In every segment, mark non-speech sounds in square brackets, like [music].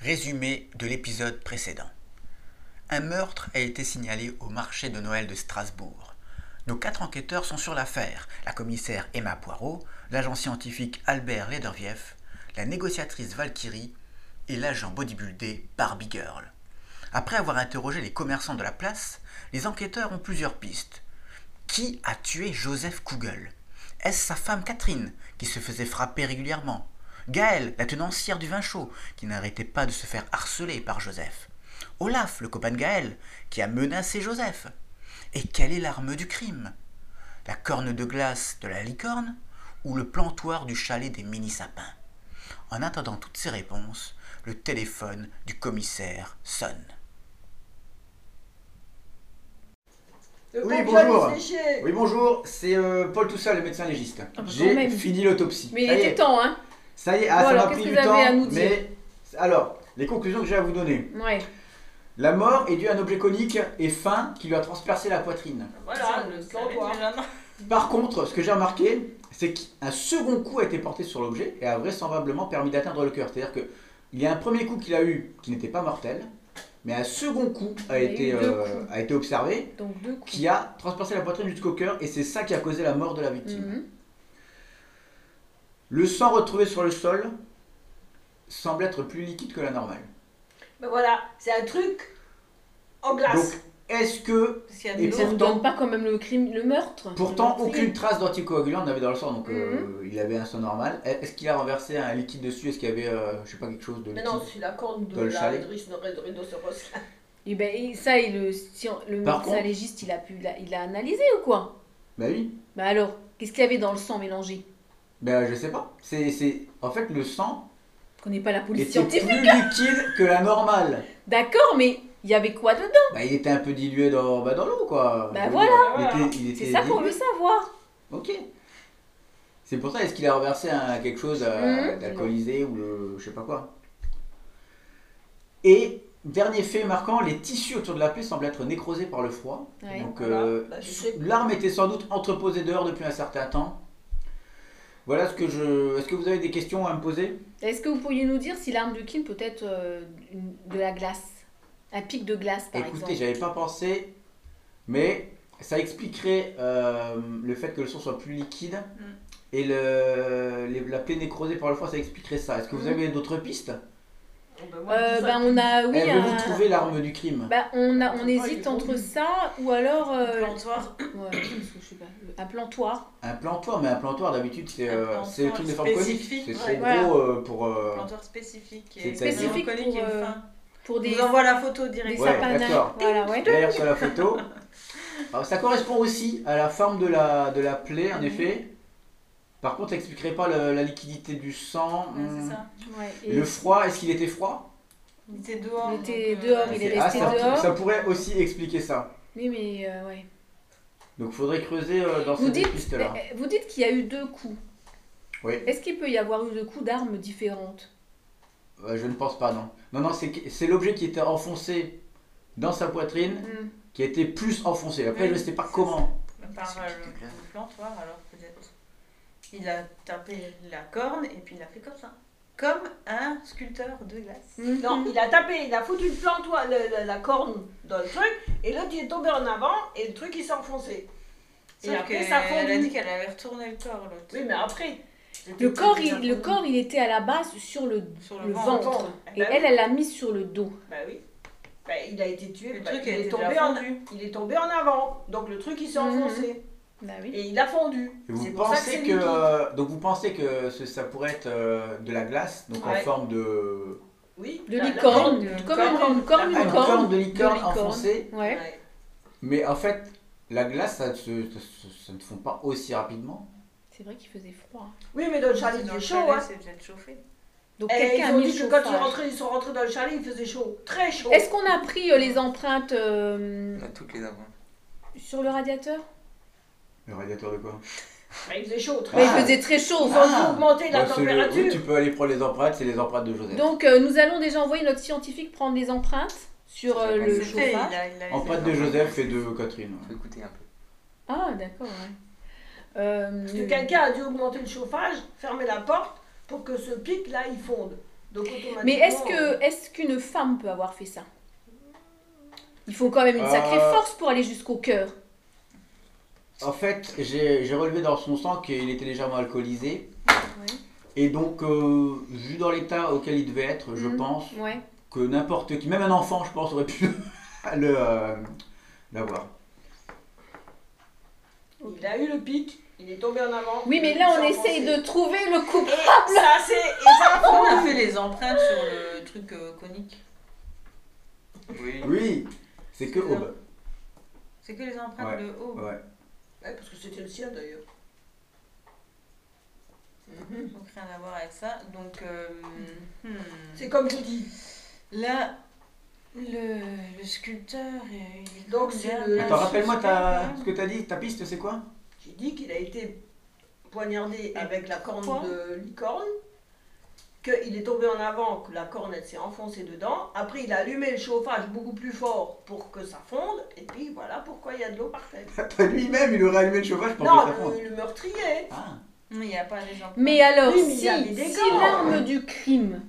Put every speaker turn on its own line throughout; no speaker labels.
Résumé de l'épisode précédent. Un meurtre a été signalé au marché de Noël de Strasbourg. Nos quatre enquêteurs sont sur l'affaire, la commissaire Emma Poirot, l'agent scientifique Albert Ledervieff, la négociatrice Valkyrie et l'agent bodybuildé Barbie Girl. Après avoir interrogé les commerçants de la place, les enquêteurs ont plusieurs pistes. Qui a tué Joseph Kugel Est-ce sa femme Catherine, qui se faisait frapper régulièrement Gaëlle, la tenancière du vin chaud, qui n'arrêtait pas de se faire harceler par Joseph. Olaf, le copain de Gaël, qui a menacé Joseph. Et quelle est l'arme du crime La corne de glace de la licorne ou le plantoir du chalet des mini-sapins En attendant toutes ces réponses, le téléphone du commissaire sonne.
Le
Oui,
pauvre jeune,
bonjour.
il se léchait.
Oui, bonjour, c'est euh, Paul Toussaint, le médecin légiste.
Ah, bah, quand
J'ai
même.
fini l'autopsie.
Mais il
Ça y
était
est.
temps, hein
Ça y est, ah,
Bon,
ça
alors,
m'a pris
qu'est-ce
du
que vous
temps.
avez à nous dire
mais... Alors, les conclusions que j'ai à vous donner.
Ouais.
La mort est due à un objet conique et fin qui lui a transpercé la poitrine.
Ça,
Voilà,
on
le
le
ça
savait
va.
Par contre, ce que j'ai remarqué, c'est qu'un second coup a été porté sur l'objet et a vraisemblablement permis d'atteindre le cœur. C'est-à-dire que il y a un premier coup qu'il a eu qui n'était pas mortel, mais un second coup a,
Il y a
été,
eu deux
euh,
coups.
a été observé
Donc deux coups.
qui a transpercé la poitrine jusqu'au cœur et c'est ça qui a causé la mort de la victime.
Mhm.
Le sang retrouvé sur le sol semble être plus liquide que la normale.
Ben voilà, c'est un truc en glace.
Donc, est-ce que.
Parce qu'il y a
Et
de
Ça
l'eau.
ne
pourtant-
donne pas quand même le crime, le meurtre
Pourtant,
Le meurtrier.
aucune trace d'anticoagulant n'avait dans le sang,
Mhm.
donc euh, il avait un sang normal. Est-ce qu'il a renversé un liquide dessus Est-ce qu'il y avait, euh, je sais pas, quelque chose de
Mais
liquide
non, c'est la corne de
Dans le
la
chalet.
riche de de rhinocéros.
Et ben et ça, il, le, si on- le
Par
médecin
contre-
légiste, il a pu, il a, il a analysé ou quoi
Bah oui,
Bah alors, qu'est-ce qu'il y avait dans le sang mélangé
bah je sais pas. C'est, c'est... En fait, le sang
Je connais pas la police
était plus
scientifique.
liquide que la normale.
D'accord, mais il y avait quoi dedans
Bah il était un peu dilué dans, bah, dans l'eau, quoi.
Bah
Je veux
voilà.
dire,
Voilà.
il était- il
C'est
était
ça qu'on
dilué.
veut savoir.
Ok. C'est pour ça, est-ce qu'il a renversé un- quelque chose
Mhm.
euh, d'alcoolisé ou euh, je sais pas quoi Et dernier fait marquant, les tissus autour de la plaie semblent être nécrosés par le froid.
Ouais.
Donc
Voilà.
euh,
Bah, je sais.
l'arme était sans doute entreposée dehors depuis un certain temps. Voilà ce que je. Est-ce que vous avez des questions à me poser
Est-ce que vous pourriez nous dire si l'arme du crime peut être euh, une- de la glace Un pic de glace, par
Écoutez,
exemple
j'avais pas pensé, mais ça expliquerait euh, le fait que le sang soit plus liquide
Mm.
et le, les- la plaie nécrosée par le froid, ça expliquerait ça. Est-ce que vous
Mm.
avez d'autres pistes
[laughs]
Eh,
Oh, bah, moi,
Euh,
tout ça.
bah on a, oui,
Avez-vous
euh,
un-
trouvé l'arme du crime
bah, on, a, on
Ah, il est
hésite
bon.
entre ça ou alors...
Le
euh,
plantoir.
ouais, parce que je sais pas, un plantoir.
Un plantoir, mais un plantoir d'habitude c'est
Un
euh,
plantoir
c'est le truc de forme conique.
spécifique,
C'est
ouais.
trop
Voilà.
gros euh, pour. euh,
Plantoir spécifique et
C'est-à-dire
spécifique
Spécifique
conique
pour,
et
euh,
fin.
Pour
Je
des,
vous envoie la photo
des
direct.
Ouais,
sapins
d'accord.
d'Inde. Voilà, ouais.
D'ailleurs, sur la photo. Alors, ça correspond aussi à la forme de la, de la plaie, en
Mhm.
effet. Par contre, ça expliquerait pas le- la liquidité du sang.
Ouais,
hmm.
c'est ça.
ouais.
Et
Et
Le froid, est-ce qu'il était froid
Il était dehors.
Il était
donc, euh,
dehors, il est
Ah,
resté
ça,
dehors.
ça pourrait aussi expliquer ça.
Oui, mais euh, ouais.
Donc, faudrait creuser euh, dans
Vous
cette
dites,
piste-là.
eh, eh, vous dites qu'il y a eu deux coups.
Oui.
Est-ce qu'il peut y avoir eu deux coups d'armes différentes
Euh, je ne pense pas, non. Non, non, c'est que- c'est l'objet qui était enfoncé dans sa poitrine,
Hmm.
qui a été plus enfoncé. Après,
Oui,
je ne sais pas
c'est
comment.
Par euh,
C'est
le
qui, là
le plantoir, alors peut-être. Il a tapé la corne et puis il a fait comme ça. Comme un sculpteur de glace.
Mhm.
Non, il a tapé, il a foutu le plantoir, le- le- la corne dans le truc, et l'autre il est tombé en avant, et le truc il s'est enfoncé.
Sauf
et après
que
ça
Elle a dit
fondit.
qu'elle avait retourné le corps, l'autre.
Oui, mais après,
le corps, il, le corps, il était à la base sur le,
Sur
le
le
ventre.
ventre.
Et elle, elle l'a mis sur le dos.
bah oui, bah, il a été tué,
Le
bah,
truc
il,
elle
est
était
tombé
déjà
en,
fondue.
il est tombé en avant, donc le truc il s'est
Mhm.
enfoncé,
Bah oui.
et il a fondu.
Et Vous
C'est pour ça que
pensez
c'est
que,
liquide.
euh, donc vous pensez que ce- ça pourrait être euh, de la glace, donc en
Ouais.
forme de
Oui, Bah,
De
la- la
licorne,
corne,
comme
la
une
corne,
une corne,
la
Ah,
une
une
corne.
corne de licorne
de licorne.
enfoncée.
Ouais.
Ouais.
Mais en fait, la glace, ça, se- ça se- ça ne fond pas aussi rapidement.
C'est vrai qu'il faisait froid.
Oui, mais dans le chalet, il
Dans le
est chaud.
chalet,
Hein.
C'est peut-être chauffé.
Donc
Eh,
quelqu'un
ils
a
ont
mis le
dit que quand ils,
chauffage.
rentraient, ils sont rentrés dans le chalet, il faisait chaud. Très chaud.
Est-ce qu'on a pris euh, les empreintes euh,
On a toutes les avant.
sur le radiateur
Le radiateur de quoi
Bah, il faisait chaud.
Ah.
Très
Mais
chaud.
il faisait très chaud.
Ils ont
Ah.
augmenté la
Bah, c'est le-
température.
oui, tu peux aller prendre les empreintes, c'est les empreintes de Joseph.
Donc euh, nous allons déjà envoyer notre scientifique prendre des empreintes sur euh,
C'était-
le
C'est fait, il
chauffage.
a- il a-
Empreintes de Joseph et de Catherine.
Faut écouter un peu.
Ah d'accord. Ouais. Euh,
Parce que quelqu'un a dû augmenter le chauffage, fermer la porte pour que ce pic là il fonde. Donc, automatiquement,
Mais est-ce que est-ce qu'une femme peut avoir fait ça Il faut quand même une sacrée
Euh.
force pour aller jusqu'au cœur.
En fait, j'ai j'ai relevé dans son sang qu'il était légèrement alcoolisé. Et donc, euh, vu dans l'état auquel il devait être, je
Mhm.
pense
Ouais.
que n'importe qui, même un enfant, je pense, aurait pu [laughs] le, euh, l'avoir.
Il a eu le pic, il est tombé en avant.
Oui,
il
mais
a
là on
pu
essaye
s'enfoncer.
de trouver le couple.
Et ça, c'est. Et ça,
On a fait les empreintes sur le truc euh, conique.
Oui.
Oui, c'est que au bas.
C'est que les empreintes
Ouais.
de haut.
Ouais.
Ouais, parce que c'était le sien d'ailleurs.
Donc rien à voir avec ça. Donc euh, hmm.
C'est comme je dis.
là, le, le sculpteur, euh, il est
Donc, c'est
combien
le-
Ah,
Attends,
je
rappelle-moi
sais
ta-
pas.
ce que t'as dit, ta piste, c'est quoi
J'ai dit qu'il a été poignardé avec la corne
Quoi
de licorne, qu'il est tombé en avant, que la corne elle s'est enfoncée dedans. Après, il a allumé le chauffage beaucoup plus fort pour que ça fonde. Et puis voilà pourquoi il y a de l'eau parfaite.
Attends, Lui-même, il aurait allumé le chauffage pour que ça
Non,
fonde.
le, le meurtrier.
Ah.
Non, Il n'y a pas les empreintes.
Mais alors,
Oui, mais il
si,
y a des Ah, dégâts.
si l'arme du crime,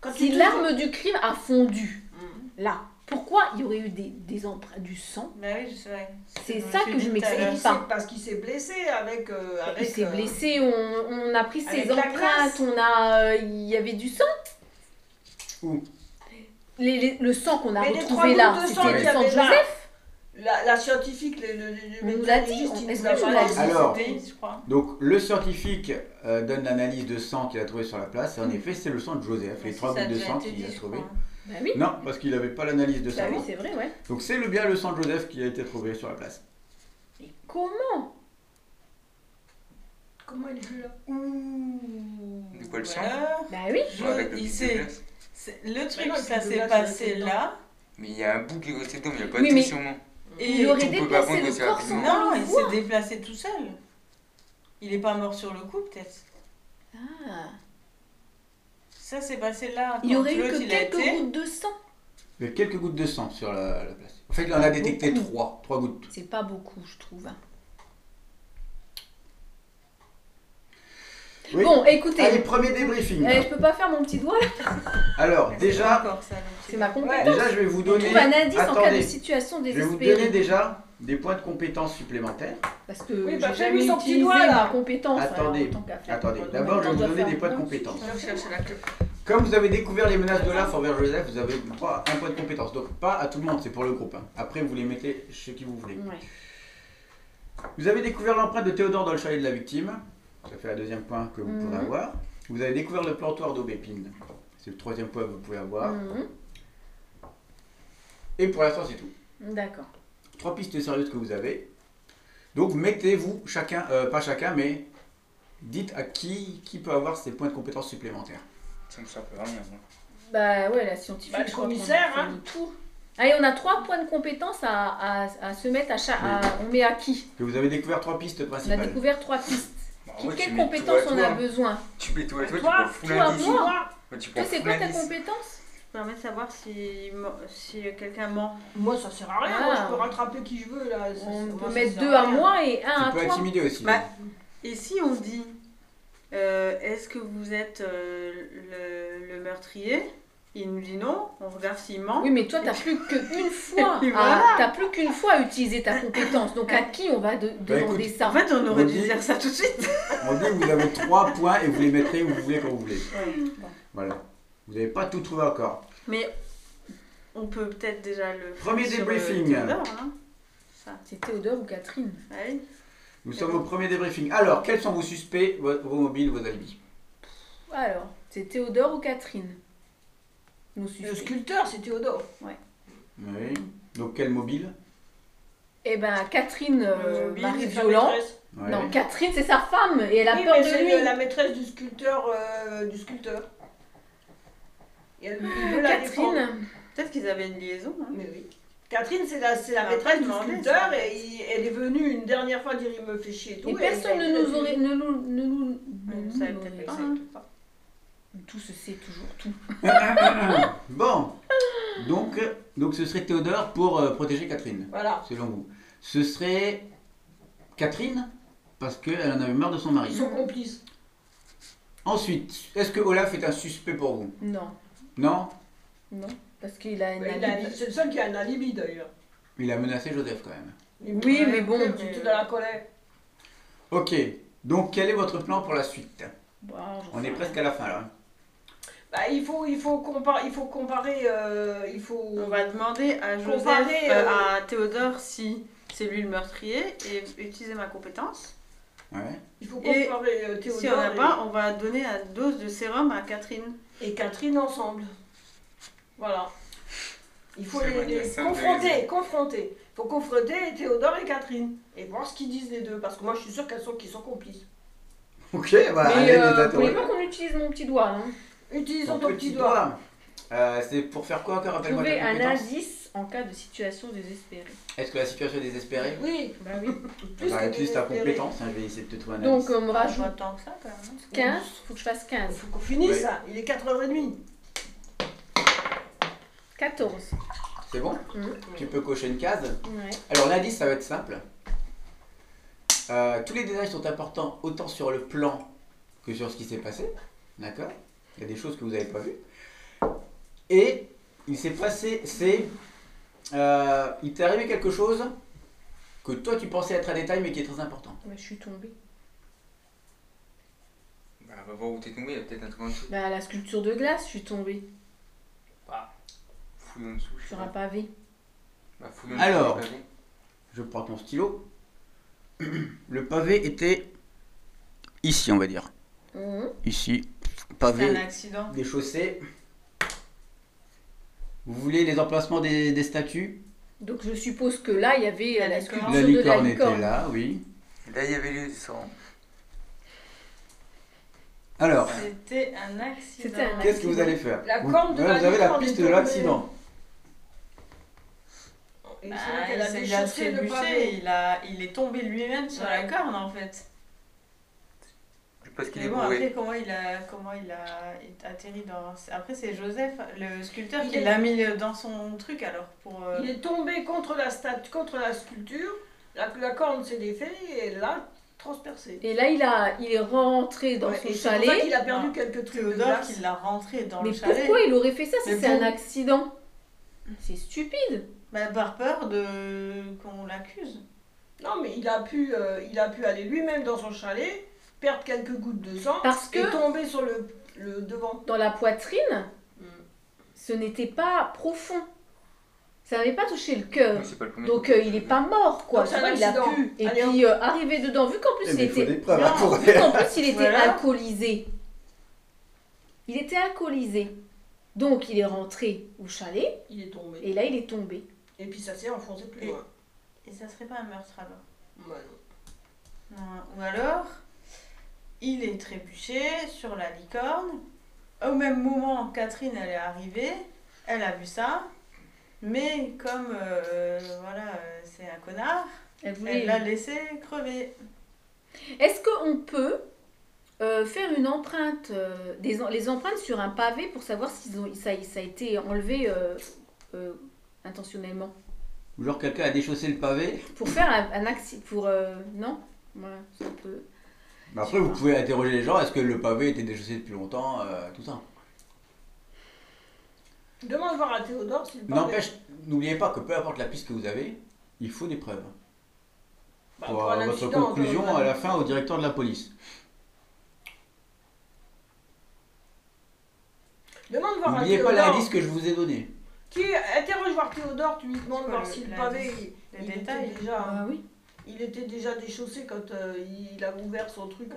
Quand
si
tu-
l'arme du crime a fondu,
Mm.
là, pourquoi il y aurait eu des, des empreintes du sang
Bah oui, je sais.
C'est
ce
ça
je
que je
dis tout à
Et
m'explique.
l'heure.
Mmh. il
Enfin.
s'est- Parce qu'il s'est blessé avec. euh,
Il
avec,
s'est
euh,
blessé, on, on a pris ses
avec la
empreintes,
glace.
on a, euh, il y avait du sang.
Où
Les- les- le sang qu'on a
Mais les trois
retrouvé
gouttes
là,
de sang
c'était le
qu'il y
sang de
avait là.
Joseph.
La, la scientifique, le, le, le
On nous l'a dit,
médecin
on-
qui
est-ce
nous a
que tu
parlé.
l'as dit
Alors.
C'était, je crois.
Donc, le scientifique euh, donne l'analyse de sang qu'il a trouvé sur la place. Et en effet, c'est le sang de Joseph, les
Si,
trois
ça a
gouttes de
déjà
sang
été
qu'il a
dit, je
trouvé.
crois.
Bah oui,
Non, parce qu'il n'avait pas l'analyse de
bah
sang.
oui, c'est vrai, ouais.
Donc, c'est le bien le sang de Joseph qui a été trouvé sur la place.
Mais comment
Comment il est venu là
Ouh.
De quoi le sang
Voilà.
Bah oui.
Je-
Avec le
il
petit
s'est-
Douglas.
c'est- le
Mais
truc,
non,
ça
c'est
Bah s'est
Douglas,
passé
c'est le
là.
Mais il y a un bout qui est resté dedans, mais il n'y a pas
Oui,
de
mais-
sûrement.
Et
Il aurait
tout-
peut pas
déplacé
prendre
le
aussi
corps sans
rapidement.
qu'on
Non,
le
il
voit.
s'est déplacé tout seul. Il est pas mort sur le coup, peut-être.
Ah.
Ça s'est passé là.
Il y
quand
aurait eu
l'autre,
que
il a
quelques
été.
gouttes de sang.
Il y a quelques gouttes de sang sur la, la place. En fait, là, on a détecté
Beaucoup.
trois. Trois gouttes.
C'est pas beaucoup, je trouve. hein.
Oui.
Bon, écoutez,
Allez, premier débriefing.
euh, je peux pas faire mon petit doigt là.
Alors,
Ouais, c'est
déjà,
encore ça, donc
C'est ma compétence.
Ouais.
déjà, je vais vous
On
donner.
trouve un indice en cas de
Attendez,
situation
je vais vous
désespérée.
donner déjà des points de compétence supplémentaires.
Parce que
Oui, bah,
j'ai
fais-lui
jamais
son petit
utilisé
doigt,
ma
là.
compétence.
Attendez,
alors, en tant qu'à faire.
Attendez,
En
d'abord, je vais
même
vous
temps,
donner
doit
des points de
faire un
compétence.
Je cherche la clé.
Comme vous avez découvert les menaces de l'AF envers Joseph, vous avez droit à un point de compétence. Donc, pas à tout le monde, c'est pour le groupe. hein. Après, vous les mettez chez qui vous voulez.
Ouais.
Vous avez découvert l'empreinte de Théodore dans le chalet de la victime. Ça fait le deuxième point que vous pourrez
Mhm.
avoir. Vous avez découvert le plantoir d'aubépine. C'est le troisième point que vous pouvez avoir.
Mhm.
Et pour l'instant, c'est tout.
D'accord.
Trois pistes sérieuses que vous avez. Donc, mettez-vous chacun, euh, pas chacun, mais dites à qui, qui peut avoir ces points de compétence supplémentaires.
Ça me sert à rien, moi.
Bah ouais, la scientifique.
Bah, le
je crois qu'on a
commissaire,
fait
hein.
le tour. Allez, on a trois points de compétence à, à- à se mettre à chaque. à- on met à qui
Que vous avez découvert trois pistes
On a
principales.
découvert trois pistes.
Bah,
Ah
en
Qui-
vrai, tu
Quelles
mets tout à
compétences on
toi,
a
hein.
besoin
Tu mets tout à toi, tu
Toi,
prends full
toi,
indice.
moi.
Bah,
Ouais, tu prends
Toi, c'est
full
quoi ta
indice.
compétence
Ça permet de savoir si, si quelqu'un ment.
Moi, ça sert à rien.
Ah.
Moi, je peux rattraper qui je veux là. Ça,
On
moi,
peut
ça
mettre
sert
deux à
rien.
moi et un à
Tu peux
toi.
intimider aussi.
Bah, Et si on dit, euh, est-ce que vous êtes euh, le, le meurtrier Il nous dit non, on regarde s'il ment.
Oui, mais toi, t'as plus
[laughs]
qu'une fois,
Et
à-
voilà.
t'as plus qu'une fois utilisé ta compétence. Donc à qui on va de- demander
Bah, écoute,
ça
En fait, on aurait
On
dû
dit-
dire ça tout de suite.
On dit que vous avez trois points et vous les mettrez où vous voulez quand vous voulez. Voilà. Vous n'avez pas tout trouvé encore.
Mais on peut peut-être déjà le.
Premier
faire sur,
débriefing.
euh, Théodore, hein. Ça,
C'est Théodore ou Catherine
ouais.
Nous sommes au premier débriefing. Alors, quels sont vos suspects, vos, vos mobiles, vos alibis
Alors, c'est Théodore ou Catherine Nous
Le
suspects.
sculpteur, c'est Théodore.
Oui. Donc, quel mobile
Eh ben, Catherine, euh,
Bill,
Marie
c'est sa
Violent.
maîtresse.
Ouais.
Non, Catherine, c'est sa femme et elle a
Oui,
peur
mais
de
c'est
lui.
la maîtresse du sculpteur. euh, du sculpteur. Et elle, il veut la défendre. Ah,
Catherine,
Peut-être qu'ils avaient une liaison. hein.
Mais oui. Catherine, c'est la, c'est la
Ah,
maîtresse du
demandez,
sculpteur
ça.
et il- elle est venue une dernière fois dire il me fait chier et tout.
et
et
personne
elle-
ne
elle-
nous aurait. Ah. Ne nous, ne nous, ne
Ouais,
nous
on savait
aurait-
peut-être
Elle
pas.
savait tout ça.
Tout se sait toujours tout.
[laughs] Bon. Donc, donc, ce serait Théodore pour euh, protéger Catherine,
Voilà.
selon vous. Ce serait Catherine parce qu'elle en avait marre de son mari.
Ils sont complices.
Ensuite, est-ce que Olaf est un suspect pour vous
Non,
Non
non. Parce qu'il a une
Mais Bah, il a-
alibi.
C'est le seul qui a un alibi d'ailleurs.
Il a menacé Joseph quand même.
Oui, mais bon,
Tu
mais-
te la colère.
Ok, donc quel est votre plan pour la suite
Bah, j'en
On
sais
est
rien.
presque à la fin là.
Bah, il faut, il faut comparer, il faut comparer, euh, il faut.
On va demander à Joseph,
Comparer,
euh,
euh,
à Théodore si c'est lui le meurtrier et utiliser ma compétence.
Ouais.
Il faut
Et
comparer euh, Théodore
si on n'a
et-
pas, on va donner la dose de sérum à Catherine.
et, Catherine ensemble. Voilà. Il faut
C'est
les,
vrai qu'il y a
les
ça,
confronter, confronter. Il faut confronter Théodore et Catherine et voir ce qu'ils disent les deux, parce que moi je suis sûre qu'elles sont, qu'ils sont complices.
Ok, bah
Mais
Alain est
euh, vous
interrogé.
voulez pas qu'on utilise mon petit doigt, non
Utilisons
Ton
ton petit doigt.
Euh, c'est pour faire quoi encore Rappelle-moi
Trouver
ta
un
compétence.
indice en cas de situation désespérée.
Est-ce que la situation est désespérée
Oui,
Bah oui.
plus
Bah,
que
utilise ta
désespéré.
compétence, hein, je vais essayer de te trouver un indice.
Donc on me
Pas
rajoute
tant que ça quand même. hein.
15, faut que je fasse
Il
15.
faut qu'on finisse
Ouais.
ça. Il est 4h30.
14.
C'est bon
Mhm.
Tu peux cocher une case.
Ouais.
Alors l'indice, ça va être simple. Euh, tous les détails sont importants autant sur le plan que sur ce qui s'est passé. D'accord Il y a des choses que vous n'avez pas vues. Et il s'est passé, c'est... euh, il t'est arrivé quelque chose que toi tu pensais être un détail mais qui est très important.
Bah, je suis tombée.
Bah, on va voir où t'es tombé, il y a peut-être un truc en dessous.
Bah, à la sculpture de glace, je suis tombée
Fouille en dessous, je sais
sur un
pas.
pavé.
Bah, fouille en
Alors.
dessous, je sais pas.
Je prends ton stylo. [clears throat] Le pavé était ici, on va dire.
Mhm.
Ici, pavé.
C'est un accident.
des chaussées. Vous voulez les emplacements des, des statues
Donc je suppose que là, il y avait
La
euh, la
licorne.
sculpture de la licorne.
là, oui.
Là, il y avait les son.
Alors,
C'était un accident.
C'était un
qu'est-ce que vous allez faire
La
vous,
corne de
voilà,
la
vous avez la
licorne est
piste de
tombée.
l'accident.
Et
Bah,
c'est vrai qu'elle
il
a
s'est déjà
déchaussé le
trébuché,
pavé.
il, a, il est tombé lui-même sur la
Ouais.
corne en fait.
Parce qu'il
Mais
est
bon,
bourré.
après, comment il a, comment il a atterri dans. Après, c'est Joseph, le sculpteur,
Il
qui
est-
l'a mis euh, dans son truc alors pour. euh,
Il est tombé contre la statue, contre la sculpture. La, la corne s'est défaite et l'a transpercée.
Et là, il, a, il est rentré dans
Ouais,
son
et c'est pour ça
chalet. Ah.
qu'il a perdu
Non.
quelques trucs de
Théodore
glace.
qui l'a rentré dans
Mais
le chalet.
pourquoi il aurait fait ça si
Mais
c'est
pour-
un accident C'est stupide.
bah, Par peur de... qu'on l'accuse.
Non, mais il a pu, euh, il a pu aller lui-même dans son chalet, perdre quelques gouttes de sang
Parce
et
que-
tomber sur le, le devant. Mm.
Dans la poitrine, ce n'était pas profond. Ça n'avait pas touché le cœur.
Mais c'est pas le premier
Donc
truc.
euh, il n'est pas mort, quoi.
Donc, c'est
Tu vois,
un
il a
accident.
pu. Et
Allez,
puis euh, arrivé dedans, vu qu'en plus il était
preuves
hein, pour-
Vu qu'en plus, il était
Voilà.
alcoolisé. Il était alcoolisé. Donc, il est rentré au chalet
Il est tombé.
et là, il est tombé.
Et puis ça s'est enfoncé plus
Et-
loin.
Et ça serait pas un meurtre alors.
Ouais, non.
Non. Ou alors, il est trébuché sur la licorne. Au même moment, Catherine, elle est arrivée. Elle a vu ça. Mais comme, euh, voilà, euh, c'est un connard,
Elle voulait.
elle l'a laissé crever.
Est-ce qu'on peut euh, faire une empreinte, euh, des, en- les empreintes sur un pavé pour savoir si ça, ça a été enlevé euh, euh, intentionnellement
Genre quelqu'un a déchaussé le pavé.
Pour faire un, un acci- Pour. euh, non Voilà, ça peut.
Mais après, vous pouvez interroger les gens. Est-ce que le pavé était déchaussé depuis longtemps euh, Tout ça.
Demande voir à Théodore s'il parle.
N'empêche, n'oubliez pas que peu importe la piste que vous avez, il faut des preuves.
Bah,
pour
pour un
euh, votre
accident,
conclusion
quand
à
même.
la fin au directeur de la police.
Demande voir à
N'oubliez pas
Théodore.
l'indice que je vous ai donné.
Qui interroge voir Théodore, tu lui demandes
C'est
voir
quoi
si
le-
le
la-
pavé.
les
il, il
détails.
Était déjà,
Ah oui.
il était déjà déchaussé quand euh, il a ouvert son truc. là.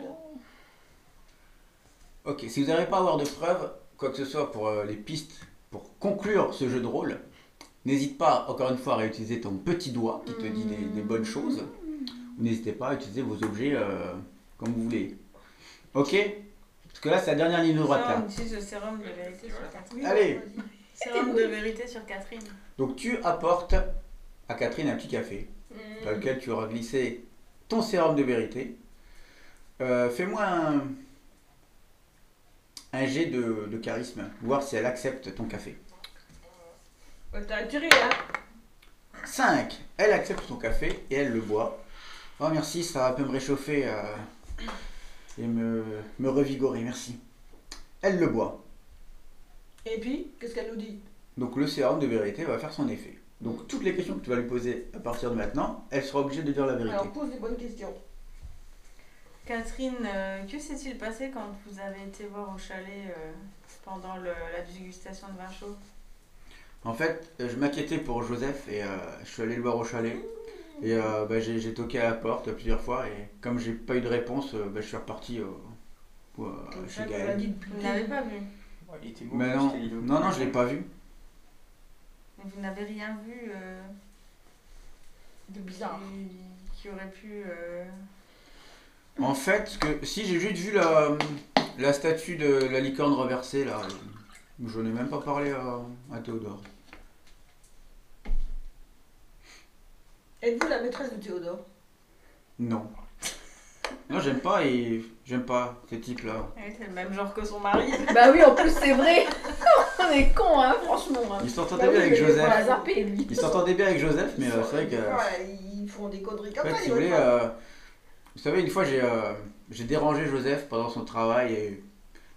Ok, si vous n'arrivez pas à avoir de preuves, quoi que ce soit pour euh, les pistes, pour conclure ce jeu de rôle, n'hésite pas encore une fois à réutiliser ton petit doigt qui te dit des, des bonnes choses. Ou n'hésitez pas à utiliser vos objets euh, comme vous voulez. Ok Parce que là, c'est la dernière ligne droite.
Ça,
là.
on utilise le sérum de vérité sur Catherine.
Oui,
Allez.
vas-y.
Sérum de vérité sur Catherine.
Donc tu apportes à Catherine un petit café dans lequel tu auras glissé ton sérum de vérité. Euh, Fais-moi un, un jet de, de charisme, voir si elle accepte ton café.
Ouais, T'as intérêt, hein
5. Elle accepte ton café et elle le boit. Oh merci, ça peut me réchauffer. euh. et me, me revigorer, merci. Elle le boit.
Et puis, qu'est-ce qu'elle nous dit
Donc le sérum de vérité va faire son effet. Donc toutes les questions que tu vas lui poser à partir de maintenant, elle sera obligée de dire la vérité.
Alors, pose des bonnes questions.
Catherine, euh, que s'est-il passé quand vous avez été voir au chalet euh, pendant le- la dégustation de vin chaud
En fait, euh, je m'inquiétais pour Joseph et euh, je suis allé le voir au chalet. Et euh, bah, j'ai j'ai toqué à la porte plusieurs fois et comme j'ai pas eu de réponse, euh, bah, je suis reparti euh, ou, euh,
Comme
chez
ça, on l'a
Gaël.
dit depuis
Vous
le
ne
début.
l'avez pas vu.
Ouais, il était beau,
Mais non,
c'était l'îlot.
non, non, je l'ai pas vu.
Mais Vous n'avez rien vu euh,
de bizarre. hein.
qui, qui aurait pu. euh,
En
Mhm.
fait, ce que, si j'ai juste vu la, la statue de la licorne renversée là, je n'ai même pas parlé à, à Théodore.
Êtes-vous la maîtresse de Théodore
Non. Non, j'aime pas et j'aime pas ces types là.
ouais, C'est le même genre que son mari.
Bah oui, en plus, c'est vrai. [laughs] On est con, hein, franchement. hein.
Ils s'entendaient
Bah oui,
bien avec
mais
On
Joseph.
l'a zappé, lui.
Ils s'entendaient bien avec Joseph, mais euh, c'est vrai que.
Ouais, ils font des conneries
En
comme
fait,
ça,
si
ils
vous
veulent
voulez,
pas.
euh, vous savez, une fois j'ai euh, j'ai dérangé Joseph pendant son travail et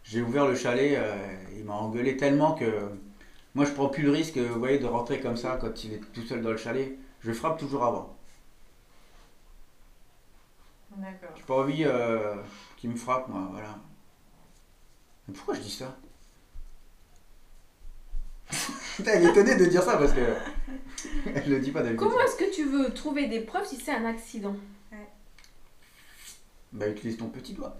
j'ai ouvert le chalet. euh, il m'a engueulé tellement que moi je prends plus le risque, vous voyez, de rentrer comme ça quand il est tout seul dans le chalet. Je frappe toujours avant.
D'accord.
J'ai pas envie euh, qu'il me frappe, moi, voilà. Mais pourquoi je dis ça [laughs] Putain, il est étonné de dire ça parce que [laughs] je le dis pas d'habitude.
Comment est-ce que tu veux trouver des preuves si c'est un accident
Bah utilise ton petit doigt.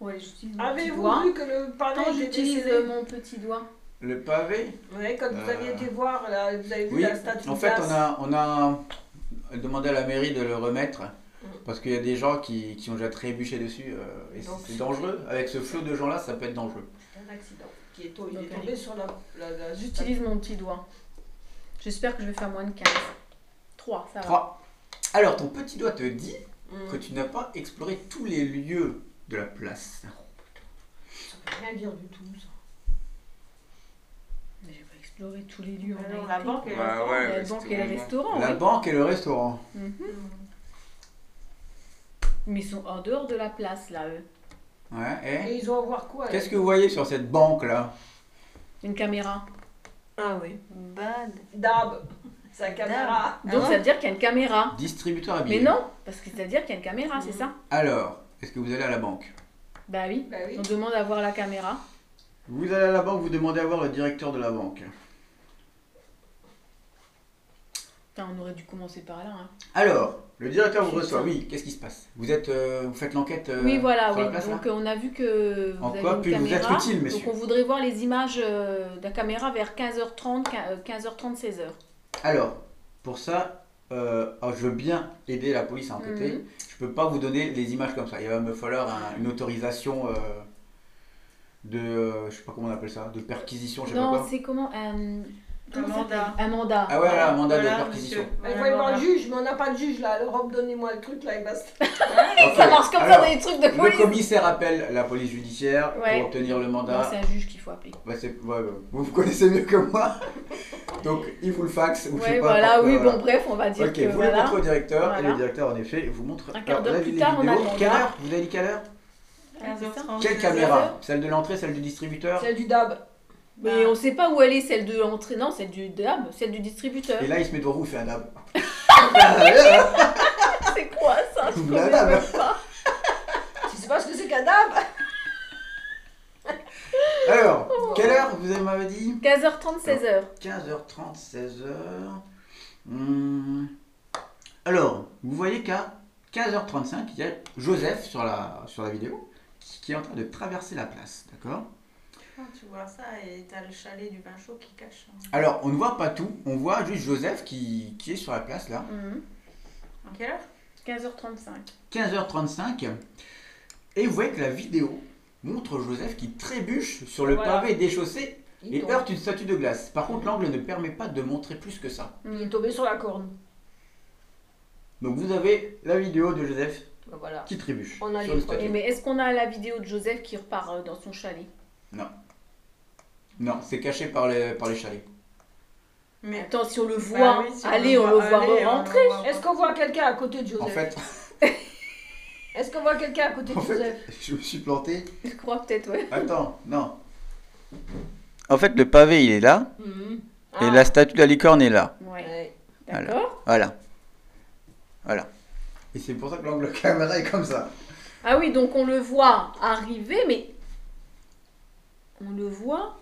Ouais, j'utilise mon petit
Avez-vous
doigt.
vu que le pavé
Attends,
était
j'utilise
décédé
euh, mon petit doigt.
Le pavé
Ouais, quand vous
Euh,
aviez été voir, là, vous avez vu
Oui,
la statue
en
de
fait,
glace.
on a, on a demandé à la mairie de le remettre parce qu'il y a des gens qui, qui ont déjà trébuché dessus euh, et
Donc,
c'est dangereux. Avec ce flot de gens-là, ça peut être dangereux.
Un accident. Qui est, il
Donc,
est tombé sur la, la, la statue.
J'utilise mon petit doigt. J'espère que je vais faire moins de 15. 3, ça va.
3. Alors, ton petit doigt te dit
Hum,
que tu n'as pas exploré tous les lieux de la place.
Ça veut rien dire du tout, ça.
Mais j'ai pas exploré tous les lieux.
Alors,
a
la
été.
banque et
Ouais,
le
Bah,
restaurant.
ouais,
La
le
banque et le
restaurant.
restaurant,
La
Oh, oui.
banque et le restaurant.
Mhm.
Hmm.
Mais ils sont en dehors de la place, là, eux.
Ouais, et
Et ils ont à voir quoi
Qu'est-ce
elle
que vous voyez sur cette banque-là
Une caméra.
Ah oui. Bad.
Dab Sa caméra
Ah
Donc,
Hein
ça veut dire qu'il y a une caméra.
Distributeur à
Mais
billets.
non, parce que ça veut dire qu'il y a une caméra, c'est ça
Alors, est-ce que vous allez à la banque
Bah oui.
Bah oui.
On demande à voir la caméra.
Vous allez à la banque, vous demandez à voir le directeur de la banque.
Putain, on aurait dû commencer par là. hein.
Alors, le directeur vous
Putain.
reçoit. Oui, qu'est-ce qui se passe Vous êtes, euh, vous faites l'enquête euh,
oui, voilà,
sur
oui.
la place
donc
là
euh, on a vu que vous
En
avez
quoi
une
puis-je vous
caméra.
être utile,
donc
messieurs
on voudrait voir les images euh, de la caméra vers 15h30, 15h30, 16h.
Alors, pour ça, euh, alors, je veux bien aider la police à enquêter.
Mhm.
Je peux pas vous donner les images comme ça. Il va me falloir un- une autorisation euh, de, euh, je sais pas comment on appelle ça, de perquisition, je sais pas
Non,
quoi.
c'est comment euh, comment ça
mandat.
s'appelle Un mandat.
Ah ouais, voilà, mandat
Voilà,
de perquisition.
monsieur.
Il
Voilà,
faut aller voir
voilà.
le juge, mais on n'a pas de juge là. Alors, hop, donnez-moi le truc là et basta.
Ok.
[laughs] Ça marche comme
Alors,
ça dans les trucs de
Le
police.
commissaire appelle la police judiciaire
Ouais.
pour obtenir le
Non,
mandat.
c'est un juge qu'il faut appeler.
Bah, c'est- ouais, ouais, vous vous connaissez mieux que moi. [laughs] Donc, il vous le fax. Ou je sais
Ouais,
pas,
voilà,
parce que,
oui,
voilà.
bon, bref, on va dire
Ok,
que
vous le
voilà.
montrez au directeur, et
Voilà.
le directeur en effet vous montre.
Un quart
Alors,
d'heure
là,
plus
les
tard, on
vidéos,
attendra.
Quelle heure Vous avez dit quelle heure
Ah, c'est ça.
15h30,
Quelle
16h.
caméra Celle de l'entrée, celle du distributeur
C'est du dab.
Mais on sait pas où elle est, celle de l'entrée, non, celle du dame, celle du distributeur.
Et là, il se met devant vous, il fait un dab. Ah,
[laughs] C'est quoi ça Je
Ouvre la
connais
dame.
même pas.
Tu sais pas ce que c'est qu'un dab
Alors, quelle heure vous avez- m'avez dit
15h30, 16h.
15h30, 16h. Hmm. Alors, vous voyez qu'à 15h35, il y a Joseph sur la, sur la vidéo qui qui est en train de traverser la place, d'accord
Ah, Tu vois ça et t'as le chalet du vin chaud qui cache. hein.
Alors, on ne voit pas tout, on voit juste Joseph qui, qui est sur la place là.
Mhm.
En quelle heure
15h35.
15h35. Et vous voyez que la vidéo montre Joseph qui trébuche sur le
Voilà.
pavé des chaussées
Il
et
tombe.
heurte une statue de glace. Par contre, l'angle ne permet pas de montrer plus que ça.
Il
Mhm.
est tombé sur la corne.
Donc vous avez la vidéo de Joseph
Ben Voilà.
qui trébuche
On a
sur
les
une
preuves.
Et
statue.
mais est-ce qu'on a la vidéo de Joseph qui repart euh, dans son chalet
Non, c'est caché par les, par les chalets.
Mais.
Attends, si on le voit,
Bah oui, si
allez, on le voit
allez, on le
rentrer.
voit.
Est-ce qu'on voit quelqu'un à côté de Joseph
En fait,
Est-ce qu'on voit quelqu'un à côté de
En fait,
Joseph
[laughs] je me suis planté.
Je crois peut-être,
[laughs]
ouais.
Attends, non. En fait, le pavé, il est là.
Ah.
Et la statue de la licorne est là.
Ouais,
Ouais.
d'accord.
Voilà. Voilà. Et c'est pour ça que l'angle caméra est comme ça.
Ah oui, donc on le voit arriver, mais on le voit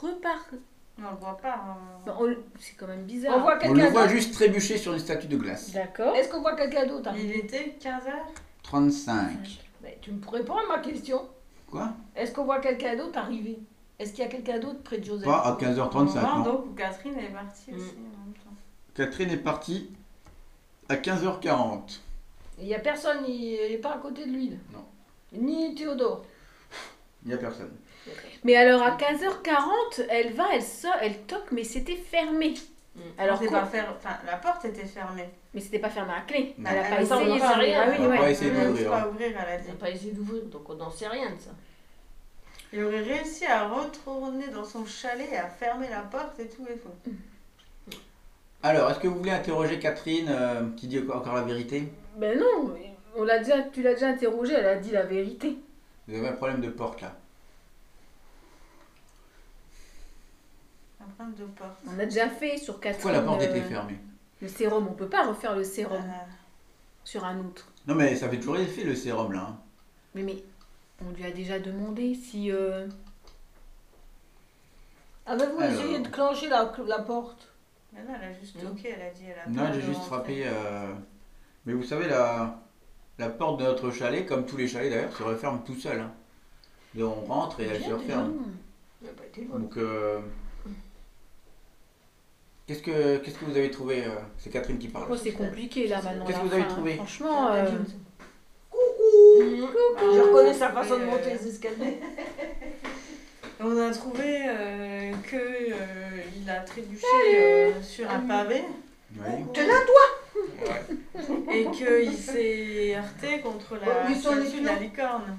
repartir.
On le voit pas. euh,
Bon, on le- C'est quand même bizarre.
On voit
On le
quelqu'un
voit
d'autre.
juste trébucher sur une statue de glace.
D'accord.
Est-ce qu'on voit quelqu'un d'autre hein
Il était 15h
35.
Mais Tu me réponds à ma question.
Quoi
Est-ce qu'on voit quelqu'un d'autre arriver Est-ce qu'il y a quelqu'un d'autre près de Joseph
Pas à 15h35, non.
donc où Catherine est partie
Mm.
aussi en même temps.
Catherine est partie à 15h40.
Il n'y a personne, il n'est pas à côté de lui. là.
Non.
Ni Théodore.
Il n'y a personne.
Mais alors à 15h40, elle va, elle sort, elle toque, mais c'était fermé.
Alors,
Alors, qu'on-
pas fer- enfin, la porte était fermée.
mais c'était pas fermé à clé.
Non.
Elle a
Elle
pas
a
essayé
pas
de
ouvert,
faire-
elle
Ah
a
oui,
pas
ouais.
essayé. C'est
Elle
d'ouvrir,
n'ose
hein.
pas ouvrir, elle a
Il
dit.
n'a pas essayé d'ouvrir, donc on n'en sait rien de ça.
Il aurait réussi à retourner dans son chalet et à fermer la porte et tout et tout.
Alors, est-ce que vous voulez interroger Catherine euh, qui dit encore la vérité
Ben non, on l'a déjà, tu l'as déjà interrogée, elle a dit la vérité.
Vous avez un problème de porte là.
Un problème de porte.
On a déjà fait sur Catherine.
Pourquoi la porte
euh,
était fermée
Le sérum, on peut pas refaire le sérum
Euh,
sur un autre.
Non mais ça fait toujours effet le sérum là. hein.
Mais mais on lui a déjà demandé si euh,
Avez-vous
Alors.
essayé de clencher la, la porte
mais non, elle a juste
Non.
toqué, elle a dit. Elle a
Non,
peur
j'ai
de
juste
rentrer.
frappé. euh, Mais vous savez, la... la porte de notre chalet, comme tous les chalets d'ailleurs, se referme tout seul. hein. Donc, on rentre et elle se
Bien,
referme.
non.
Il n'a pas été loin.
Donc, euh, qu'est-ce que qu'est-ce que vous avez trouvé euh, C'est Catherine qui parle.
Oh, c'est compliqué là maintenant.
Qu'est-ce
la
que vous avez
fin,
trouvé
Franchement, euh,
Je reconnais sa façon de
Euh,
monter les escaliers.
On a trouvé euh, que euh, il a trébuché euh, sur un pavé
Oui.
T'es là
[laughs] Ouais.
et qu'il s'est heurté contre
Oh,
la
ils sont
statue de la
énormes.
licorne.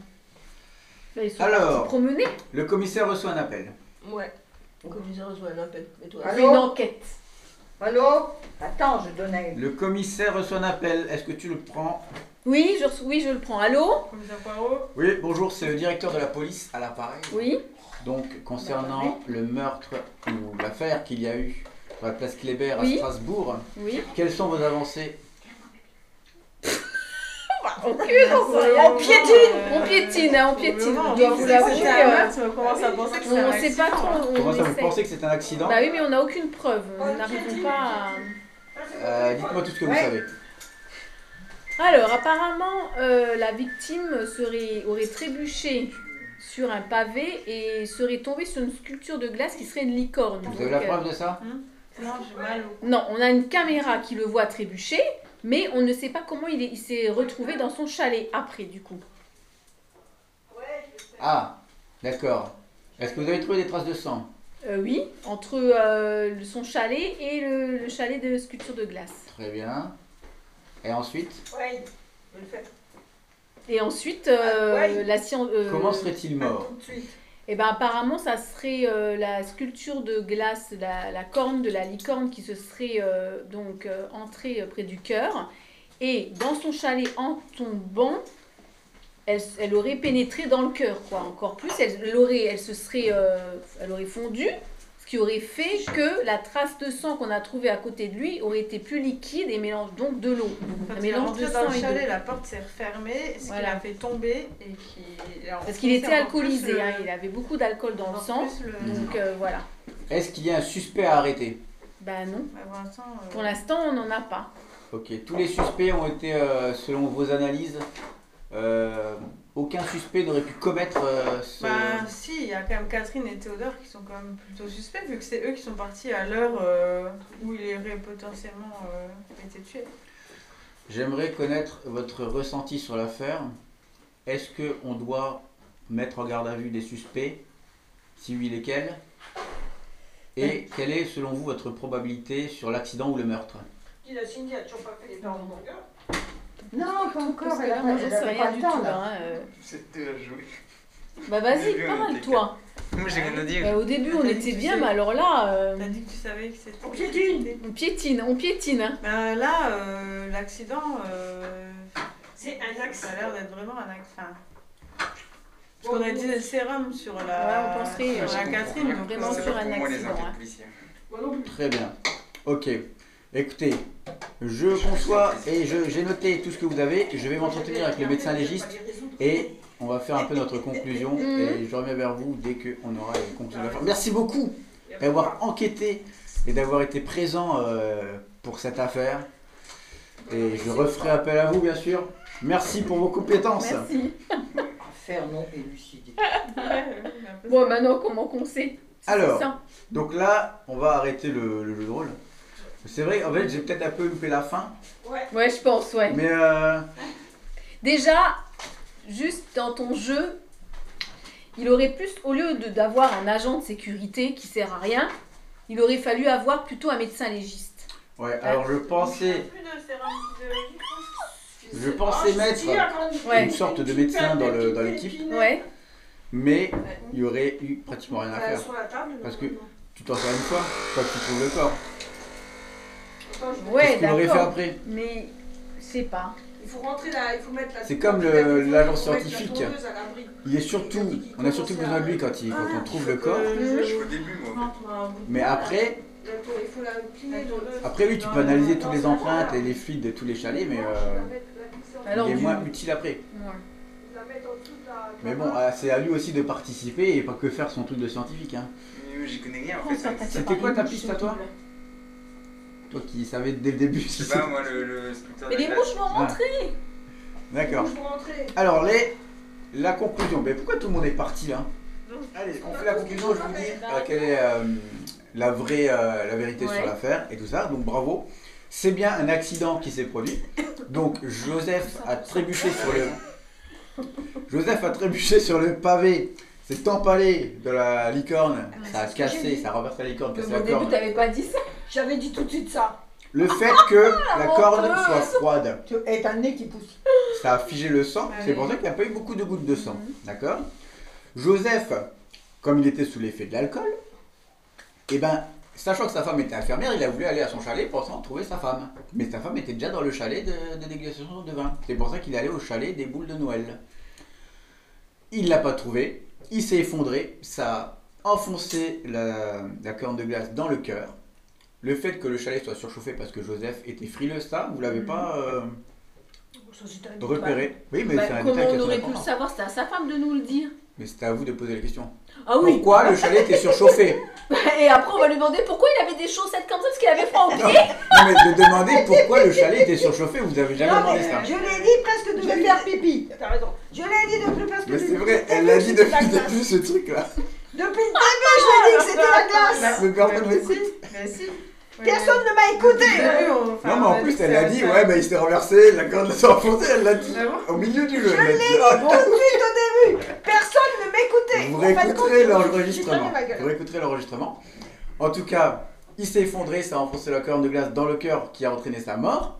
là, ils sont
Alors.
partis promener.
Le commissaire reçoit un appel.
Ouais. Donc, comme ils ont reçu un appel. Et toi
On
Allô
fait une enquête.
Allô Attends, je donne un...
Le commissaire reçoit un appel. Est-ce que tu le prends
Oui, je, reço- oui, je le prends. Allô
Comme ça, Oh. Poirot.
Oui, bonjour, c'est le directeur de la police à l'appareil.
Oui.
Donc,
Bah,
concernant le meurtre ou l'affaire qu'il y a eu sur la place Kléber à
Oui.
Strasbourg,
Oui.
quelles sont vos avancées
On
on
piétine,
piétine.
on piétine, hein, on piétine.
Au moment
On
où
doit
on
vous
sait que
l'avouer.
c'était un
euh,
meurtre, on commence à penser que c'est un
On sait pas
accident.
trop. On
Comment ça, vous
essaie.
pensez que c'est un accident
Bah oui, mais on n'a aucune preuve. On n'arrive pas
Euh, Dites-moi tout ce que vous
Ouais.
savez.
à... Alors, apparemment, euh, la victime serait, aurait trébuché sur un pavé et serait tombée sur une sculpture de glace qui serait une licorne.
Vous avez la
Donc, euh,
preuve de ça
Non, j'ai mal au
Non, on a une caméra qui le voit trébucher, mais on ne sait pas comment il est- il s'est retrouvé dans son chalet après, du coup.
Ah, d'accord. Est-ce que vous avez trouvé des traces de sang
Euh, oui, entre euh, le- son chalet et le, le chalet de sculpture de glace.
Très bien. Et ensuite,
Ouais, je le fais
Et ensuite, euh,
Ah, ouais.
la science. euh,
comment serait-il mort
tout de suite.
Ah,
Eh ben apparemment, ça serait euh, la sculpture de glace, la, la corne de la licorne qui se serait euh, donc euh, entrée euh, près du cœur. Et dans son chalet, en tombant, elle, s- elle aurait pénétré dans le cœur, quoi. Encore plus, elle, elle aurait, elle se serait, euh, elle aurait fondu, ce qui aurait fait que la trace de sang qu'on a trouvée à côté de lui aurait été plus liquide et mélange donc de l'eau.
Quand
Un
il est
mélange de
rentré dans
sang
le
et
chalet,
d'eau.
la porte s'est refermée, ce qui
Voilà.
l'a fait tomber et qui.
Parce qu'il était alcoolisé,
euh,
hein, il avait beaucoup d'alcool dans le sang. Donc euh, voilà.
Est-ce qu'il y a un suspect à arrêter
Ben non.
Pour l'instant, euh,
Pour l'instant, on n'en a pas.
Ok, tous les suspects ont été, euh, selon vos analyses, euh, aucun suspect n'aurait pu commettre euh, ce...
Bah si, il y a quand même Catherine et Théodore qui sont quand même plutôt suspects vu que c'est eux qui sont partis à l'heure euh, où il aurait potentiellement euh, été tué.
J'aimerais connaître votre ressenti sur l'affaire. Est-ce que on doit mettre en garde à vue des suspects Si oui, lesquels Et quelle est, selon vous, votre probabilité sur l'accident ou le meurtre
Il a signé, il n'a toujours pas fait les parents de mon gars.
Non, pas
Parce
encore,
que
elle
là,
a
moi,
pas,
je
elle
sais
avait pas
rien
le
du
temps,
tout.
là.
hein, euh.
C'était à jouer.
Bah
J'ai
vas-y,
vu, on
parle,
était
toi.
Moi j'ai rien à dire.
Bah, au début,
Ah,
on
t'as
était
dit que
bien,
tu
mais alors là, euh,
T'as dit que tu savais que c'était...
On piétine
Ben,
on piétine, on piétine. hein.
Bah, là, euh, l'accident, euh,
C'est un axe.
Ça a l'air d'être vraiment un acte. Enfin, parce qu'on a dit le sérum sur la,
Ouais, on penserait,
sur la
euh,
Catherine, donc
vraiment [laughs]
euh,
sur un
pour moi, les
accident,
enquêtes
hein.
policières.
Moi non plus.
Très bien. Ok. Écoutez, je conçois et je- j'ai noté tout ce que vous avez. Je vais m'entretenir avec le médecin légiste et on va faire un peu notre
[laughs]
conclusion.
Mhm.
Et je reviens vers vous dès qu'on aura les conclusions. de la fin. Merci beaucoup d'avoir enquêté et d'avoir été présent euh, pour cette affaire. Et je referai appel à vous, bien sûr. Merci pour vos compétences.
Merci.
Faire non élucidé.
Bon, maintenant, comment qu'on sait C'est
Alors.
ça.
Donc là, on va arrêter le, le jeu de rôle. C'est vrai, en fait, j'ai peut-être un peu loupé la fin,
Ouais, je pense, ouais.
mais euh,
Déjà, juste dans ton jeu, il aurait plus, au lieu de- d'avoir un agent de sécurité qui sert à rien, il aurait fallu avoir plutôt un médecin légiste.
ouais. Alors je pensais,
Plus de sérum physiologique.
je
Oh,
pensais mettre
Ouais.
une sorte de médecin dans le- dans l'équipe,
Ouais.
mais il y aurait eu pratiquement rien à faire.
Euh, Sur la table.
Parce que- Tu t'en sers une fois, toi tu trouves le corps.
Attends, je-
Ouais,
Qu'est-ce qu'on aurait fait
d'accord.
après
Mais, je sais pas.
Il faut rentrer là, il faut mettre la.
C'est comme le-
il faut mettre
l'agent
la
scientifique.
tondeuse à l'abri.
Il est surtout, on a surtout besoin de lui quand, il, quand on trouve le corps,
Je
Euh,
Mmh.
suis au début, moi.
mais après,
La tondeuse, Il faut la plier dans
Ah.
le.
après oui, tu peux analyser toutes les empreintes et les fluides de tous les chalets, mais euh,
Alors,
il est
du-
moins utile après.
Ouais.
La mettre en dessous de la. de la
Mais bon,
main.
euh, c'est à lui aussi de participer et pas que faire son truc de scientifique. Hein.
Mais J'y connais rien, en fait. hein.
C'était quoi ta piste à toi Toi qui savais dès le début. [laughs]
Je sais pas, moi, le, le sculpteur
Mais
de
les
glace.
mouches vont
Ah.
rentrer.
D'accord.
Je vais rentrer.
Alors, les... la conclusion. Mais pourquoi tout le monde est parti là Allez, on fait la conclusion. Je vous dis euh, quelle est euh, la vraie euh, la vérité
Ouais.
sur l'affaire et tout ça. Donc, bravo. C'est bien un accident qui s'est produit. Donc, Joseph a trébuché sur le. Joseph a trébuché sur le pavé. S'est empalé de la licorne.
Ah
Ça a cassé, ça a renversé la licorne, cassé la
Au début,
corne.
t'avais pas dit ça.
J'avais dit tout de suite ça.
Le fait que la corne
menteuse
soit froide,
Tu as un nez qui pousse.
ça a figé le sang. C'est pour
oui.
ça qu'il n'y a pas eu beaucoup de gouttes de sang. D'accord Joseph, comme il était sous l'effet de l'alcool, eh ben, sachant que sa femme était infirmière, il a voulu aller à son chalet pensant trouver sa femme. Mais sa femme était déjà dans le chalet de, de dégustation de vin. C'est pour ça qu'il allait au chalet des boules de Noël. Il l'a pas trouvé, il s'est effondré, ça a enfoncé la, la corne de glace dans le cœur. Le fait que le chalet soit surchauffé parce que Joseph était frileux, ça, vous l'avez pas euh, repéré. Oui, mais
Bah,
c'est un
comment
détail qui a
on
son
aurait pu le
importance.
savoir C'était à sa femme de nous le dire.
Mais c'était à vous de poser la question.
Ah oui.
Pourquoi le chalet était
[laughs]
surchauffé
Et après, on va lui demander pourquoi il avait des chaussettes comme ça parce qu'il avait froid au [laughs]
Non,
pied.
non, mais de demander pourquoi le chalet était surchauffé, vous avez jamais
Non,
demandé
mais
ça.
je l'ai dit presque de
Je l'ai
me faire pipi.
T'as raison.
Je l'ai dit depuis presque
Mais
de
c'est vrai, elle l'a dit depuis
la
le
glace.
début ce truc-là.
Depuis le début, je l'ai dit que c'était la
Ah,
glace.
Bah,
Le Gordon
mais
m'écoute.
si, Mais si. Oui,
Personne ne m'a
mais-
écouté.
Au début, on- enfin,
Non, mais
on
en
a
plus,
que
elle
ça
a
va
dit,
faire-
ouais, bah il s'est renversé, la corde s'est enfoncée, elle l'a dit.
Ah bon
Au milieu du jeu,
Je
elle l'a dit. Oh,
Tout de suite au début. Personne ne m'écoutait.
Vous
En fin de compte,
réécouterez
je-
l'enregistrement.
je fermais ma gueule.
Vous réécouterez l'enregistrement. En tout cas, il s'est effondré, ça a enfoncé la corne de glace dans le cœur qui a entraîné sa mort.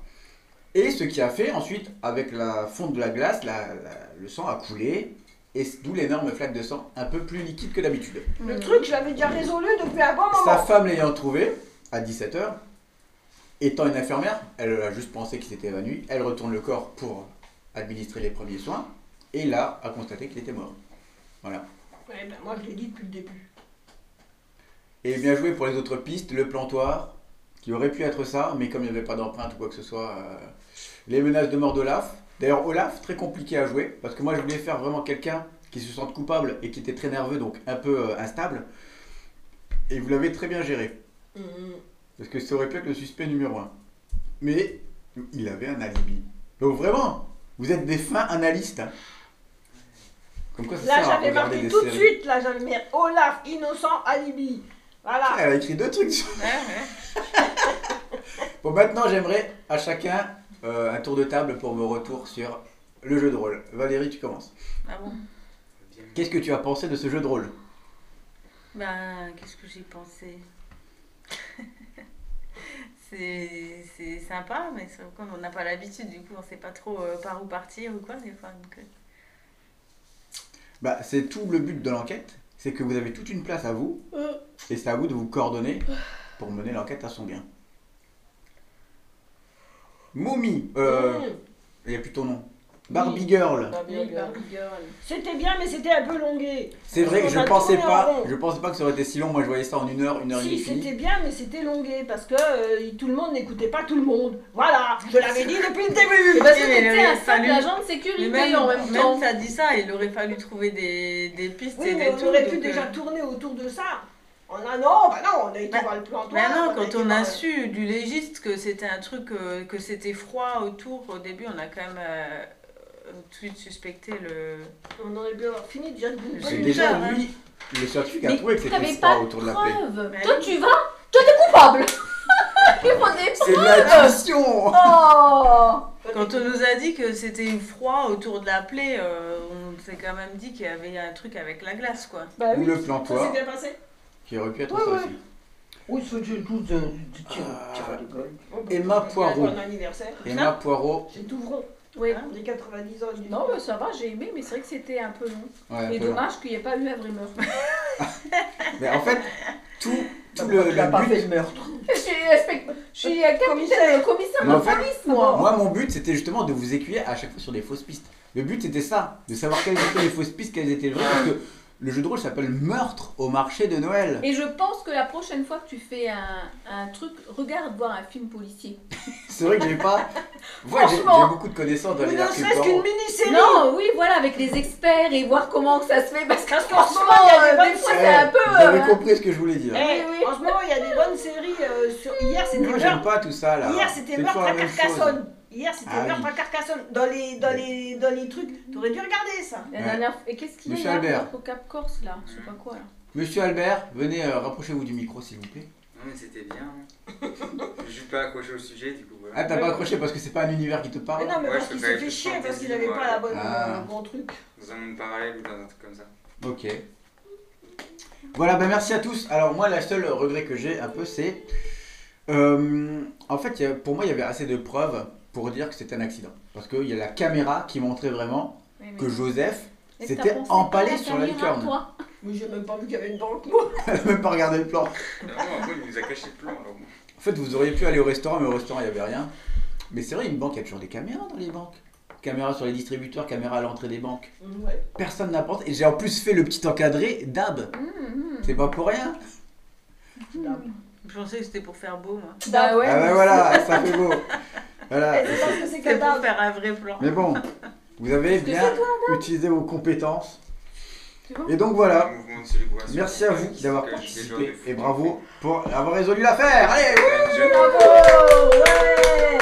Et ce qui a fait ensuite, avec la fonte de la glace, la- la- le sang a coulé. Et c'est d'où l'énorme flaque de sang, un peu plus liquide que d'habitude.
Hmm.
Le truc, je l'avais déjà résolu depuis un bon
Sa
moment.
femme l'ayant trouvé, à 17h, étant une infirmière, elle a juste pensé qu'il s'était évanoui. Elle retourne le corps pour administrer les premiers soins. Et là, a constaté qu'il était mort. Voilà.
Ouais, ben, moi je l'ai dit depuis le début.
Et bien joué pour les autres pistes, le plantoir, qui aurait pu être ça, mais comme il n'y avait pas d'empreinte ou quoi que ce soit, euh, les menaces de mort d'Olaf. D'ailleurs, Olaf, très compliqué à jouer, parce que moi je voulais faire vraiment quelqu'un qui se sente coupable et qui était très nerveux, donc un peu euh, instable. Et vous l'avez très bien géré.
Hmm,
Parce que ça aurait pu être le suspect numéro un. Mais il avait un alibi. Donc vraiment, vous êtes des fins analystes. hein. Comme quoi ça
Là
sert à
j'avais
regarder
marqué
des
tout de
séries.
suite, là j'avais mis Olaf, innocent, alibi. Voilà.
Elle a écrit deux trucs sur-
Ouais, ouais.
Bon, maintenant j'aimerais à chacun euh, un tour de table pour vos retours sur le jeu de rôle. Valérie, tu commences.
Ah bon
Qu'est-ce que tu as pensé de ce jeu de rôle
Ben, qu'est-ce que j'ai pensé [laughs] C'est c'est sympa, mais sauf qu'on n'a pas l'habitude, du coup, on sait pas trop euh, par où partir ou quoi, des fois. donc, euh.
Bah, c'est tout le but de l'enquête, c'est que vous avez toute une place à vous, et c'est à vous de vous coordonner pour mener l'enquête à son bien.
Hmm.
Moumi, euh, il n'y a plus ton nom. Barbie Girl.
Barbie
Mm. Oui, bah,
Girl.
Barbie Girl.
C'était bien, mais c'était un peu longué.
C'est vrai que
On
je
a
pensais
tourné en
pas,
rond.
je pensais pas que ça aurait été si long. Moi, je voyais ça en une heure, une heure et
Si,
demie.
c'était bien, mais c'était longué parce que euh, tout le monde n'écoutait pas tout le monde. Voilà, je l'avais dit depuis le
[laughs]
début.
Parce que
Oui, mais il
t'étais
aurait
un simple
fallu-
agent de
Mais
sécurité
même,
en même
même
temps.
t'as dit ça, il aurait fallu trouver des, des pistes
Oui,
et
mais
des
on
trucs,
aurait pu
donc,
déjà
euh,
tourner autour de ça. On a non, bah non, on a été
Bah,
voir le plan
Mais non,
a
quand
été
on
voir-
a su du légiste que c'était un truc, euh, que c'était froid autour, au début, on a quand même euh, tout de suite suspecté le.
euh, on aurait pu avoir fini déjà de
J'ai
C'est
une
déjà
heure, hein.
lui, le scientifique a
Mais
trouvé que c'était
t'avais
froid
pas de
autour de la plaie.
preuve.
Mais
Toi,
oui.
tu vas, toi, t'es coupable. [laughs] Il faut des
C'est de l'addition.
Oh
Quand on nous a dit que c'était froid autour de la plaie, euh, on s'est quand même dit qu'il y avait un truc avec la glace, quoi.
Bah
Ou
oui.
le
Ça s'est
plantoir
bien passé
qui aurait pu être
Ouais,
ça
ouais.
aussi.
Oui, c'est du tout de,
Ah.
gueule.
Emma Poirot.
Bon anniversaire.
Emma Poirot.
C'est tout vrai.
Oui.
Hein
J'ai 90 ans. j'ai-
Non, mais ça va, j'ai aimé, mais c'est vrai que c'était un peu long.
Ouais, un
Et
peu long.
dommage qu'il n'y ait pas eu [laughs] Avrimeur.
Mais en fait, tout, tout
Bah,
le,
il a
le
pas
but.
fait le meurtre.
Je suis, inspect- je suis euh, capitaine, commissaire, commissaire
Mais en
de
fait-
police, moi.
Moi, mon but, c'était justement de vous écuyer à chaque fois sur des fausses pistes. Le but, c'était ça, de savoir quelles étaient les fausses pistes, quelles étaient les vraies. Parce que le jeu de rôle s'appelle Meurtre au marché de Noël.
Et je pense que la prochaine fois que tu fais un, un truc, regarde voir un film policier.
C'est vrai que j'ai
[laughs]
pas. Ouais, j'ai j'ai
Franchement.
beaucoup de connaissances dans
Ou
les
ne
archives
serait-ce qu'une
Poirot.
mini-série.
Non, oui, voilà, avec les experts et voir comment que ça se fait. Parce que
qu'en ce moment,
franchement,
il y a des
euh, des
bonnes
fois,
Eh,
c'est un peu.
Vous avez
euh,
compris ce que je voulais dire.
Eh,
Oui, oui.
En ce moment, il y a des bonnes séries. euh, sur... Hier, c'était
Moi, j'aime
Meurtre.
pas tout ça là.
Hier, c'était
C'est
Meurtre
toujours la
à
même chose.
Carcassonne. Hier, c'était
Ah oui.
Meurtre à Carcassonne. Dans les, dans les, dans les trucs, t'aurais dû regarder ça.
La
Ouais.
dernière... Et qu'est-ce qu'il y
Monsieur
a là,
Albert.
au Cap Corse, là Je sais pas quoi, là.
Monsieur Albert, venez, euh, rapprochez-vous du micro s'il vous plaît.
Non, mais c'était bien. Je suis pas accroché au sujet, du coup. voilà.
Ah, t'as pas accroché parce que c'est pas un univers qui Ah, te
Mais
parle
non, mais
Ouais,
parce
je
qu'il
peux
s'est
pas
fait
être
chier, parce
fantasy,
qu'il avait
moi.
pas la bonne,
Ah.
le bon truc.
Dans un monde parallèle ou dans un truc comme ça.
Ok. Voilà, ben merci à tous. Alors moi, la seule regret que j'ai un peu, c'est... euh, en fait, il y a- pour moi, il y avait assez de preuves pour dire que c'était un accident. Parce qu'il y a la caméra qui montrait vraiment
Oui, mais-
que Joseph,
Est-ce
c'était
que t'as pensé
empalé
pas à
sur la
caméra,
licorne.
toi
Mais j'ai même pas vu qu'il y avait une banque, moi.
[laughs] elle a même pas regardé le plan.
Non, après, il nous a caché le plan, alors bon.
En fait, vous auriez pu aller au restaurant, mais au restaurant, il n'y avait rien. Mais c'est vrai, une banque, il y a toujours des caméras dans les banques. Caméra sur les distributeurs, caméra à l'entrée des banques.
Ouais.
Personne n'a pensé. Et j'ai en plus fait le petit encadré d'Ab.
Hum, hum.
C'est pas pour rien.
Je pensais que c'était pour faire beau, moi.
Mmh. Bah ouais.
Ah ben voilà, ça fait beau. Voilà.
[laughs]
Et c'est parce que c'est
C'était pour
cadavre.
faire un vrai plan.
Mais bon, vous avez
que
bien utilisé vos compétences.
C'est bon
Et donc voilà,
Le mouvement de célébration.
Ah. merci à vous
Qui
d'avoir
cache des
participé
genres de
et bravo pour avoir résolu l'affaire. Allez
fous. Jeune-
Bravo Ouais